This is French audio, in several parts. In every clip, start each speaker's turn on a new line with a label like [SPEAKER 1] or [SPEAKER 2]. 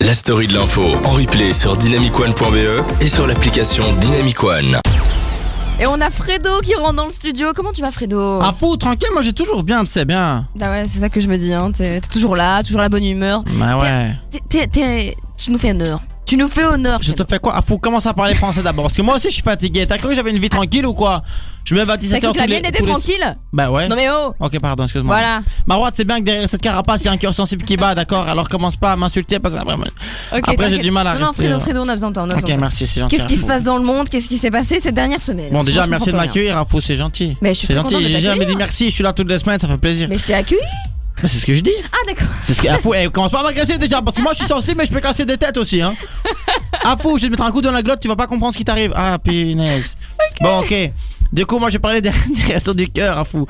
[SPEAKER 1] la story de l'info en replay sur dynamicone.be E et sur l'application Dynamicone.
[SPEAKER 2] Et on a Fredo qui rentre dans le studio. Comment tu vas, Fredo
[SPEAKER 3] Ah fou, tranquille, moi j'ai toujours bien, tu sais bien.
[SPEAKER 2] Bah ouais, c'est ça que je me dis. Hein. T'es t'es toujours là, toujours la bonne humeur.
[SPEAKER 3] Bah ouais.
[SPEAKER 2] T'es- t'es- t'es- tu nous fais honneur. Tu nous fais honneur.
[SPEAKER 3] Je te fais quoi Ah fou, commence à parler français d'abord. Parce que moi aussi je suis fatigué. T'as cru que j'avais une vie tranquille ou quoi Je me lève à
[SPEAKER 2] T'as cru
[SPEAKER 3] 17h
[SPEAKER 2] que
[SPEAKER 3] tous
[SPEAKER 2] la
[SPEAKER 3] les-
[SPEAKER 2] mienne était
[SPEAKER 3] tous les-
[SPEAKER 2] tranquille
[SPEAKER 3] Bah ouais.
[SPEAKER 2] Non mais oh
[SPEAKER 3] Ok, pardon, excuse-moi.
[SPEAKER 2] Voilà.
[SPEAKER 3] Marois, c'est bien que derrière cette carapace, il y a un cœur sensible qui bat, d'accord Alors commence pas à m'insulter parce que après, moi-
[SPEAKER 2] Ok,
[SPEAKER 3] après j'ai
[SPEAKER 2] t'inquiète.
[SPEAKER 3] du mal à
[SPEAKER 2] Non, non,
[SPEAKER 3] rester.
[SPEAKER 2] Fredo,
[SPEAKER 3] euh,
[SPEAKER 2] Fredo, on a besoin de toi. on a
[SPEAKER 3] Ok,
[SPEAKER 2] besoin de toi.
[SPEAKER 3] merci, c'est gentil.
[SPEAKER 2] Qu'est-ce qui se
[SPEAKER 3] Afou.
[SPEAKER 2] passe dans le monde Qu'est-ce qui s'est passé ces dernières semaines
[SPEAKER 3] Bon,
[SPEAKER 2] Parce que
[SPEAKER 3] déjà,
[SPEAKER 2] moi, je
[SPEAKER 3] merci de
[SPEAKER 2] comprends pas
[SPEAKER 3] m'accueillir, Afou, c'est gentil.
[SPEAKER 2] Mais je suis
[SPEAKER 3] C'est
[SPEAKER 2] très contente
[SPEAKER 3] gentil,
[SPEAKER 2] de
[SPEAKER 3] j'ai jamais
[SPEAKER 2] t'accueillir.
[SPEAKER 3] dit merci, je suis là toutes les semaines, ça fait plaisir.
[SPEAKER 2] rien. Mais je t'ai accueilli
[SPEAKER 3] Bah, c'est ce que je dis.
[SPEAKER 2] Ah d'accord.
[SPEAKER 3] C'est ce que. Afou, eh, commence pas à m'agresser déjà, parce que moi je suis sensible, mais je peux casser des têtes aussi, hein. Afou, je vais te mettre un coup dans la glotte, tu vas pas comprendre ce qui t'arrive. Ah, punaise. Bon, ok. Du coup, moi je vais parler des, des restos du cœur, Afou.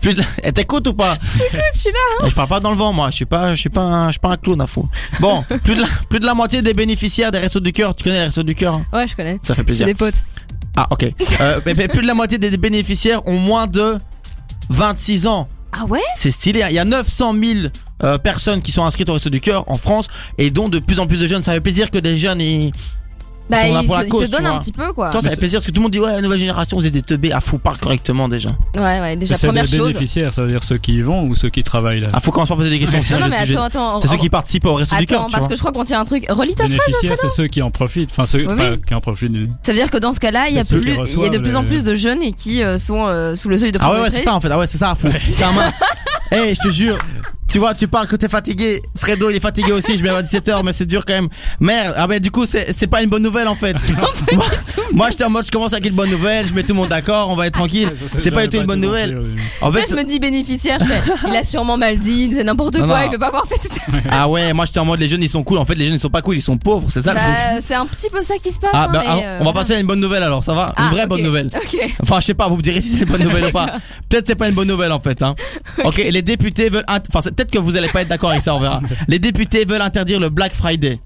[SPEAKER 3] Plus de- eh, T'écoutes ou pas
[SPEAKER 2] Je suis là. hein.
[SPEAKER 3] Eh, Je parle pas dans le vent, moi. Je suis pas, je suis pas, un, je suis pas un clown, Afou. Bon, plus de, la, plus de la moitié des bénéficiaires des restos du cœur, tu connais les restos du cœur hein
[SPEAKER 2] Ouais, je connais.
[SPEAKER 3] Ça fait
[SPEAKER 2] J'ai
[SPEAKER 3] plaisir.
[SPEAKER 2] des potes.
[SPEAKER 3] Ah, ok. Euh, mais- mais plus de la moitié des bénéficiaires ont moins de 26 ans.
[SPEAKER 2] Ah ouais
[SPEAKER 3] C'est stylé. hein. Il y a 900 000 euh, personnes qui sont inscrites au Resto du Cœur en France et dont de plus en plus de jeunes. Ça fait plaisir que des jeunes. Ils...
[SPEAKER 2] Bah
[SPEAKER 3] sont là
[SPEAKER 2] il
[SPEAKER 3] pour la
[SPEAKER 2] se, il
[SPEAKER 3] cause,
[SPEAKER 2] se
[SPEAKER 3] tu
[SPEAKER 2] donne un
[SPEAKER 3] vois.
[SPEAKER 2] petit peu quoi.
[SPEAKER 3] Toi, ça
[SPEAKER 4] Mais
[SPEAKER 3] fait plaisir parce que tout le monde dit Ouais, nouvelle génération, vous êtes des teubés à fou, parle correctement déjà.
[SPEAKER 2] Ouais ouais, déjà
[SPEAKER 4] c'est
[SPEAKER 2] première
[SPEAKER 4] les
[SPEAKER 2] chose.
[SPEAKER 4] bénéficiaires, ça veut dire ceux qui y vont ou ceux qui travaillent là.
[SPEAKER 3] Ah, faut commencer par poser des questions.
[SPEAKER 2] Non
[SPEAKER 3] sinon
[SPEAKER 2] non
[SPEAKER 3] je
[SPEAKER 2] mais
[SPEAKER 3] te jette.
[SPEAKER 2] attends attends. oh,
[SPEAKER 3] C'est ceux qui participent au Resto du Cœur,
[SPEAKER 2] Attends,
[SPEAKER 3] tu
[SPEAKER 2] parce
[SPEAKER 3] vois.
[SPEAKER 2] que je crois qu'on tient un truc. Relis ta phrase.
[SPEAKER 4] bénéficiaires, c'est ceux qui en profitent. Enfin,
[SPEAKER 2] Oui,
[SPEAKER 4] ceux pas-
[SPEAKER 2] oui.
[SPEAKER 4] qui en profitent. du-
[SPEAKER 2] Ça veut dire que dans ce cas-là, il y a
[SPEAKER 4] C'est ceux
[SPEAKER 2] plus,
[SPEAKER 4] qui
[SPEAKER 2] il y a de
[SPEAKER 4] reçoivent
[SPEAKER 2] plus en
[SPEAKER 4] les-
[SPEAKER 2] plus de jeunes et qui euh, sont euh, sous le seuil de
[SPEAKER 3] Ah ouais, ouais,
[SPEAKER 2] pauvreté.
[SPEAKER 3] c'est ça en fait. Ah ouais, c'est ça à fou. T'as un main- Eh, je te jure. Tu vois, tu parles que t'es fatigué. Fredo, il est fatigué aussi. Je me lève à 17h, mais c'est dur quand même. Merde, ah ben du coup, c'est c'est pas une bonne nouvelle en fait. moi, moi, j'étais en mode, je commence avec une bonne nouvelle, je mets tout le monde d'accord, on va être tranquille.
[SPEAKER 4] Ça,
[SPEAKER 3] C'est pas
[SPEAKER 4] jamais euh,
[SPEAKER 3] du tout une bonne
[SPEAKER 4] été
[SPEAKER 3] nouvelle.
[SPEAKER 4] menti, oui.
[SPEAKER 3] En
[SPEAKER 2] Tu
[SPEAKER 3] fait,
[SPEAKER 2] sais, je me dis bénéficiaire, je fais, il a sûrement mal dit, c'est n'importe
[SPEAKER 3] Non,
[SPEAKER 2] quoi,
[SPEAKER 3] non.
[SPEAKER 2] il peut pas avoir fait tout ça.
[SPEAKER 3] Ah ouais, moi j'étais en mode les jeunes ils sont cool, en fait les jeunes ils sont pas cool, ils sont pauvres, c'est ça le truc.
[SPEAKER 2] Bah, c'est un petit peu ça qui se passe.
[SPEAKER 3] Ah
[SPEAKER 2] hein,
[SPEAKER 3] bah
[SPEAKER 2] mais,
[SPEAKER 3] ah,
[SPEAKER 2] euh,
[SPEAKER 3] on va
[SPEAKER 2] voilà.
[SPEAKER 3] passer à une bonne nouvelle alors, ça va Une
[SPEAKER 2] Ah,
[SPEAKER 3] vraie
[SPEAKER 2] ok.
[SPEAKER 3] bonne nouvelle.
[SPEAKER 2] Ok.
[SPEAKER 3] Enfin je sais pas, vous me direz si c'est une bonne nouvelle ou pas. Peut-être c'est pas une bonne nouvelle en fait. Hein. Ok, les députés veulent... int- Enfin c'est- peut-être que vous allez pas être d'accord avec ça, on verra. Les députés veulent interdire le Black Friday.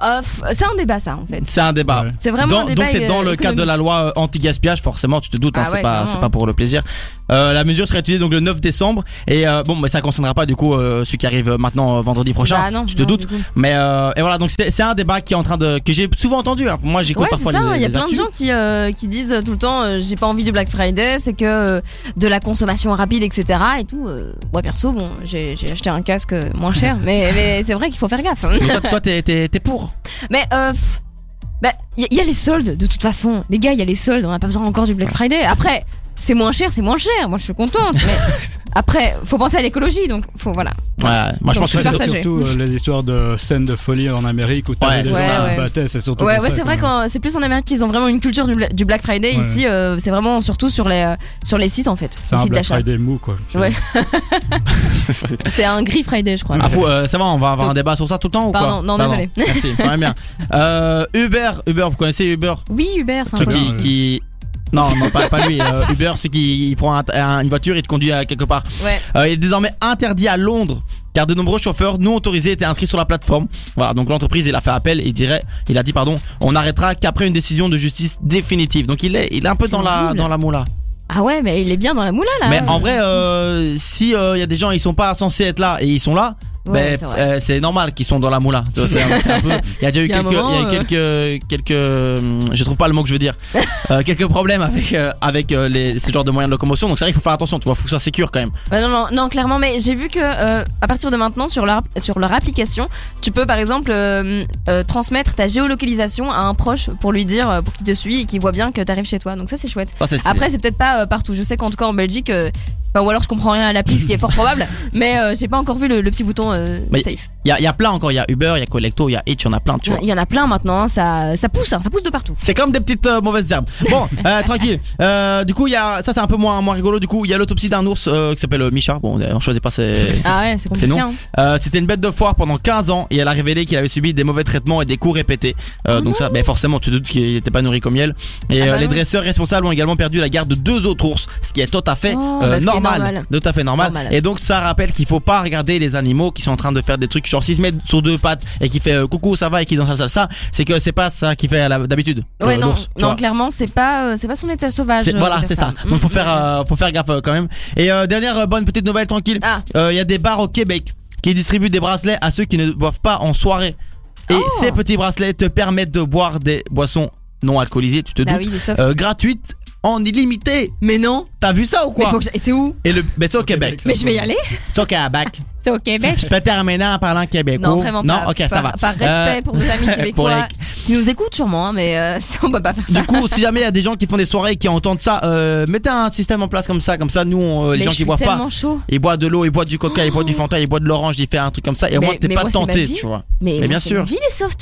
[SPEAKER 2] Euh, f- c'est un débat, ça, en fait.
[SPEAKER 3] C'est un débat.
[SPEAKER 4] Ouais.
[SPEAKER 2] C'est vraiment
[SPEAKER 3] Dans-
[SPEAKER 2] un débat.
[SPEAKER 3] donc c'est dans le
[SPEAKER 2] euh,
[SPEAKER 3] cadre de la
[SPEAKER 2] économique.
[SPEAKER 3] loi euh, anti-gaspillage, forcément, tu te doutes, hein,
[SPEAKER 2] Ah
[SPEAKER 3] c'est
[SPEAKER 2] ouais,
[SPEAKER 3] pas
[SPEAKER 2] clairement,
[SPEAKER 3] c'est
[SPEAKER 2] hein.
[SPEAKER 3] pas pour le plaisir. Euh, la mesure sera étudiée donc le 9 décembre et euh, bon, mais ça concernera pas du coup euh, ceux qui arrivent euh, maintenant euh, vendredi prochain.
[SPEAKER 2] Bah non,
[SPEAKER 3] tu te
[SPEAKER 2] non, du
[SPEAKER 3] doutes.
[SPEAKER 2] coup.
[SPEAKER 3] Mais euh, et voilà, donc c'est c'est un débat qui est en train de que j'ai souvent entendu. hein. Moi, j'écoute
[SPEAKER 2] Ouais, c'est
[SPEAKER 3] parfois
[SPEAKER 2] ça,
[SPEAKER 3] les,
[SPEAKER 2] il y a
[SPEAKER 3] les
[SPEAKER 2] plein de
[SPEAKER 3] actus.
[SPEAKER 2] gens qui, euh, qui disent euh, tout le temps euh, j'ai pas envie du Black Friday, c'est que euh, de la consommation rapide, etc. et tout. euh, moi perso, bon, j'ai j'ai acheté un casque euh, moins cher, mais, mais c'est vrai qu'il faut faire gaffe. hein.
[SPEAKER 3] Mais toi, toi, t'es t'es- t'es pour.
[SPEAKER 2] Mais euh, pff, bah, il y, a les soldes de toute façon. Les gars, il y a les soldes, on n'a pas besoin encore du Black Friday. Après, c'est moins cher, c'est moins cher. Moi, je suis contente. Mais après, faut penser à l'écologie, donc faut voilà.
[SPEAKER 3] Ouais, moi je
[SPEAKER 2] Donc,
[SPEAKER 3] pense que
[SPEAKER 2] c'est
[SPEAKER 3] c'est
[SPEAKER 2] partagé.
[SPEAKER 4] C'est surtout euh, les histoires de scènes de folie en Amérique où
[SPEAKER 3] Ouais,
[SPEAKER 4] t'avais des
[SPEAKER 3] c'est
[SPEAKER 4] gens
[SPEAKER 2] ça.
[SPEAKER 4] qui
[SPEAKER 2] Ouais,
[SPEAKER 4] se battaient. C'est surtout
[SPEAKER 2] ouais,
[SPEAKER 4] pour
[SPEAKER 2] ouais,
[SPEAKER 4] ça
[SPEAKER 2] c'est
[SPEAKER 4] que-
[SPEAKER 2] vrai que c'est plus en Amérique qu'ils ont vraiment une culture du, Bla- du Black Friday.
[SPEAKER 4] Ouais.
[SPEAKER 2] Ici, euh, c'est vraiment surtout sur les euh, sur les sites en fait, les
[SPEAKER 4] C'est un
[SPEAKER 2] sites
[SPEAKER 4] Black
[SPEAKER 2] d'achat.
[SPEAKER 4] Friday mou quoi.
[SPEAKER 2] Ouais. C'est un gris Friday, je crois.
[SPEAKER 3] Ah, faut, euh, ça va, on va avoir un débat sur ça tout le temps ou quoi
[SPEAKER 2] Pardon, non,
[SPEAKER 3] Ça va.
[SPEAKER 2] désolé.
[SPEAKER 3] Merci, quand même bien. Euh, Uber, Uber, vous connaissez Uber
[SPEAKER 2] Oui, Hubert, c'est un
[SPEAKER 3] Ceux
[SPEAKER 2] peu.
[SPEAKER 4] Truc
[SPEAKER 3] qui,
[SPEAKER 4] bien,
[SPEAKER 3] qui- Non, non, pas, pas lui. euh, Uber, c'est qui il prend un- un- une voiture et te conduit à quelque part.
[SPEAKER 2] Ouais.
[SPEAKER 3] Euh, il est désormais interdit à Londres car de nombreux chauffeurs non autorisés étaient inscrits sur la plateforme. Voilà, donc l'entreprise il a fait appel et il dirait, il a dit pardon, on arrêtera qu'après une décision de justice définitive. Donc il est, il est un peu
[SPEAKER 2] C'est
[SPEAKER 3] dans la,
[SPEAKER 2] horrible.
[SPEAKER 3] dans la moula.
[SPEAKER 2] Ah ouais, mais il est bien dans la moula là.
[SPEAKER 3] Mais en vrai, euh, si euh, il y a des gens ils sont pas censés être là et ils sont là.
[SPEAKER 2] Ouais,
[SPEAKER 3] ben,
[SPEAKER 2] c'est
[SPEAKER 3] euh,
[SPEAKER 2] vrai.
[SPEAKER 3] c'est, normal qu'ils sont dans la moula. Tu vois, c'est un- c'est un peu- Il y a déjà eu
[SPEAKER 2] Il y a un
[SPEAKER 3] quelques,
[SPEAKER 2] moment, euh.
[SPEAKER 3] il y a eu quelques, quelques, hum, je trouve pas le mot que je veux dire, Euh, quelques problèmes avec euh, avec euh, les, ce genre de moyens de locomotion. Donc c'est vrai qu'il faut faire attention. Tu vois, faut que ça sécure quand même.
[SPEAKER 2] Bah non, non, non, clairement, mais j'ai vu que euh, à partir de maintenant, sur leur, sur leur application, tu peux par exemple euh, euh, transmettre ta géolocalisation à un proche pour lui dire, euh, pour qu'il te suit et qu'il voit bien que t'arrives chez toi. Donc ça, c'est chouette.
[SPEAKER 3] Ça, c'est- c'est-
[SPEAKER 2] Après, c'est peut-être pas euh, partout. Je sais qu'en tout cas en Belgique, euh, enfin, ou alors je comprends rien à l'appli, ce qui est fort probable, mais euh, j'ai pas encore vu le, le petit bouton euh,
[SPEAKER 3] Mais-
[SPEAKER 2] safe.
[SPEAKER 3] Il y a, il y a plein encore, il y a Uber, il y a Collecto, il y a Itch, il y en a plein, tu vois.
[SPEAKER 2] Il y en a plein maintenant, hein, ça, ça pousse, hein, ça pousse de partout.
[SPEAKER 3] C'est comme des petites euh, mauvaises herbes. Bon, euh, tranquille. Euh, du coup, il y a ça, c'est un peu moins, moins rigolo. Du coup, il y a l'autopsie d'un ours euh, qui s'appelle euh, Micha. Bon, on choisit pas ses.
[SPEAKER 2] Ah ouais, c'est compliqué.
[SPEAKER 3] non.
[SPEAKER 2] hein.
[SPEAKER 3] Euh, C'était une bête de foire pendant 15 ans et elle a révélé qu'il avait subi des mauvais traitements et des coups répétés. Euh, donc ça, mais forcément, tu te doutes qu'il était pas nourri comme miel. Et
[SPEAKER 2] Ah bah
[SPEAKER 3] euh, les
[SPEAKER 2] non.
[SPEAKER 3] dresseurs responsables ont également perdu la garde de deux autres ours, ce qui est tout à fait
[SPEAKER 2] Oh,
[SPEAKER 3] euh,
[SPEAKER 2] bah, ce qui est
[SPEAKER 3] normal,
[SPEAKER 2] normal.
[SPEAKER 3] Tout à fait normal.
[SPEAKER 2] Normal.
[SPEAKER 3] Et donc ça rappelle qu'il faut pas regarder les animaux qui sont en train de faire des trucs genre 6 mètres sur deux pattes et qui fait euh, coucou ça va et qui dans ça ça ça. C'est que c'est pas ça qui fait à la- d'habitude.
[SPEAKER 2] Ouais,
[SPEAKER 3] euh,
[SPEAKER 2] non,
[SPEAKER 3] l'ours, tu
[SPEAKER 2] non
[SPEAKER 3] vois.
[SPEAKER 2] clairement, c'est pas, euh, c'est pas son état sauvage.
[SPEAKER 3] C'est-
[SPEAKER 2] euh,
[SPEAKER 3] Voilà,
[SPEAKER 2] de
[SPEAKER 3] c'est ça.
[SPEAKER 2] faire
[SPEAKER 3] Donc faut
[SPEAKER 2] Mm.
[SPEAKER 3] faire, euh, faut faire gaffe euh, quand même. Et euh, dernière euh, bonne petite nouvelle tranquille.
[SPEAKER 2] Ah.
[SPEAKER 3] Euh, Il y a des bars au Québec qui distribuent des bracelets à ceux qui ne boivent pas en soirée. Et
[SPEAKER 2] Oh.
[SPEAKER 3] ces petits bracelets te permettent de boire des boissons non alcoolisées, tu te
[SPEAKER 2] Bah
[SPEAKER 3] doutes,
[SPEAKER 2] oui, les softs.
[SPEAKER 3] euh, gratuites en illimité.
[SPEAKER 2] Mais non.
[SPEAKER 3] T'as vu ça ou
[SPEAKER 2] Mais
[SPEAKER 3] quoi
[SPEAKER 2] faut que je- Et c'est où
[SPEAKER 3] Et le, mais c'est au Québec.
[SPEAKER 2] Mais je vais y aller.
[SPEAKER 3] C'est au Québec.
[SPEAKER 2] C'est au Québec.
[SPEAKER 3] Je peux terminer en parlant québécois.
[SPEAKER 2] Non, vraiment pas.
[SPEAKER 3] Non, ok, ça
[SPEAKER 2] Par-
[SPEAKER 3] va.
[SPEAKER 2] Par respect
[SPEAKER 3] Euh,
[SPEAKER 2] pour nos amis
[SPEAKER 3] pour
[SPEAKER 2] québécois qui nous écoutent sûrement, hein, mais euh, ça, on va pas faire ça.
[SPEAKER 3] Du coup, si jamais il y a des gens qui font des soirées et qui entendent ça, euh, mettez un système en place comme ça, comme ça, nous, on- euh, les
[SPEAKER 2] Mais je
[SPEAKER 3] gens qui
[SPEAKER 2] suis
[SPEAKER 3] boivent pas,
[SPEAKER 2] tellement chaud.
[SPEAKER 3] ils boivent de l'eau, ils boivent du coca, ils boivent du fanta, ils boivent de l'orange, ils font un truc comme ça, et au
[SPEAKER 2] Mais-
[SPEAKER 3] moins t'es
[SPEAKER 2] mais
[SPEAKER 3] pas
[SPEAKER 2] moi, c'est ma
[SPEAKER 3] tenté,
[SPEAKER 2] vie.
[SPEAKER 3] tu vois.
[SPEAKER 2] Mais,
[SPEAKER 3] Mais bien
[SPEAKER 2] c'est
[SPEAKER 3] sûr.
[SPEAKER 2] une vie, les softs.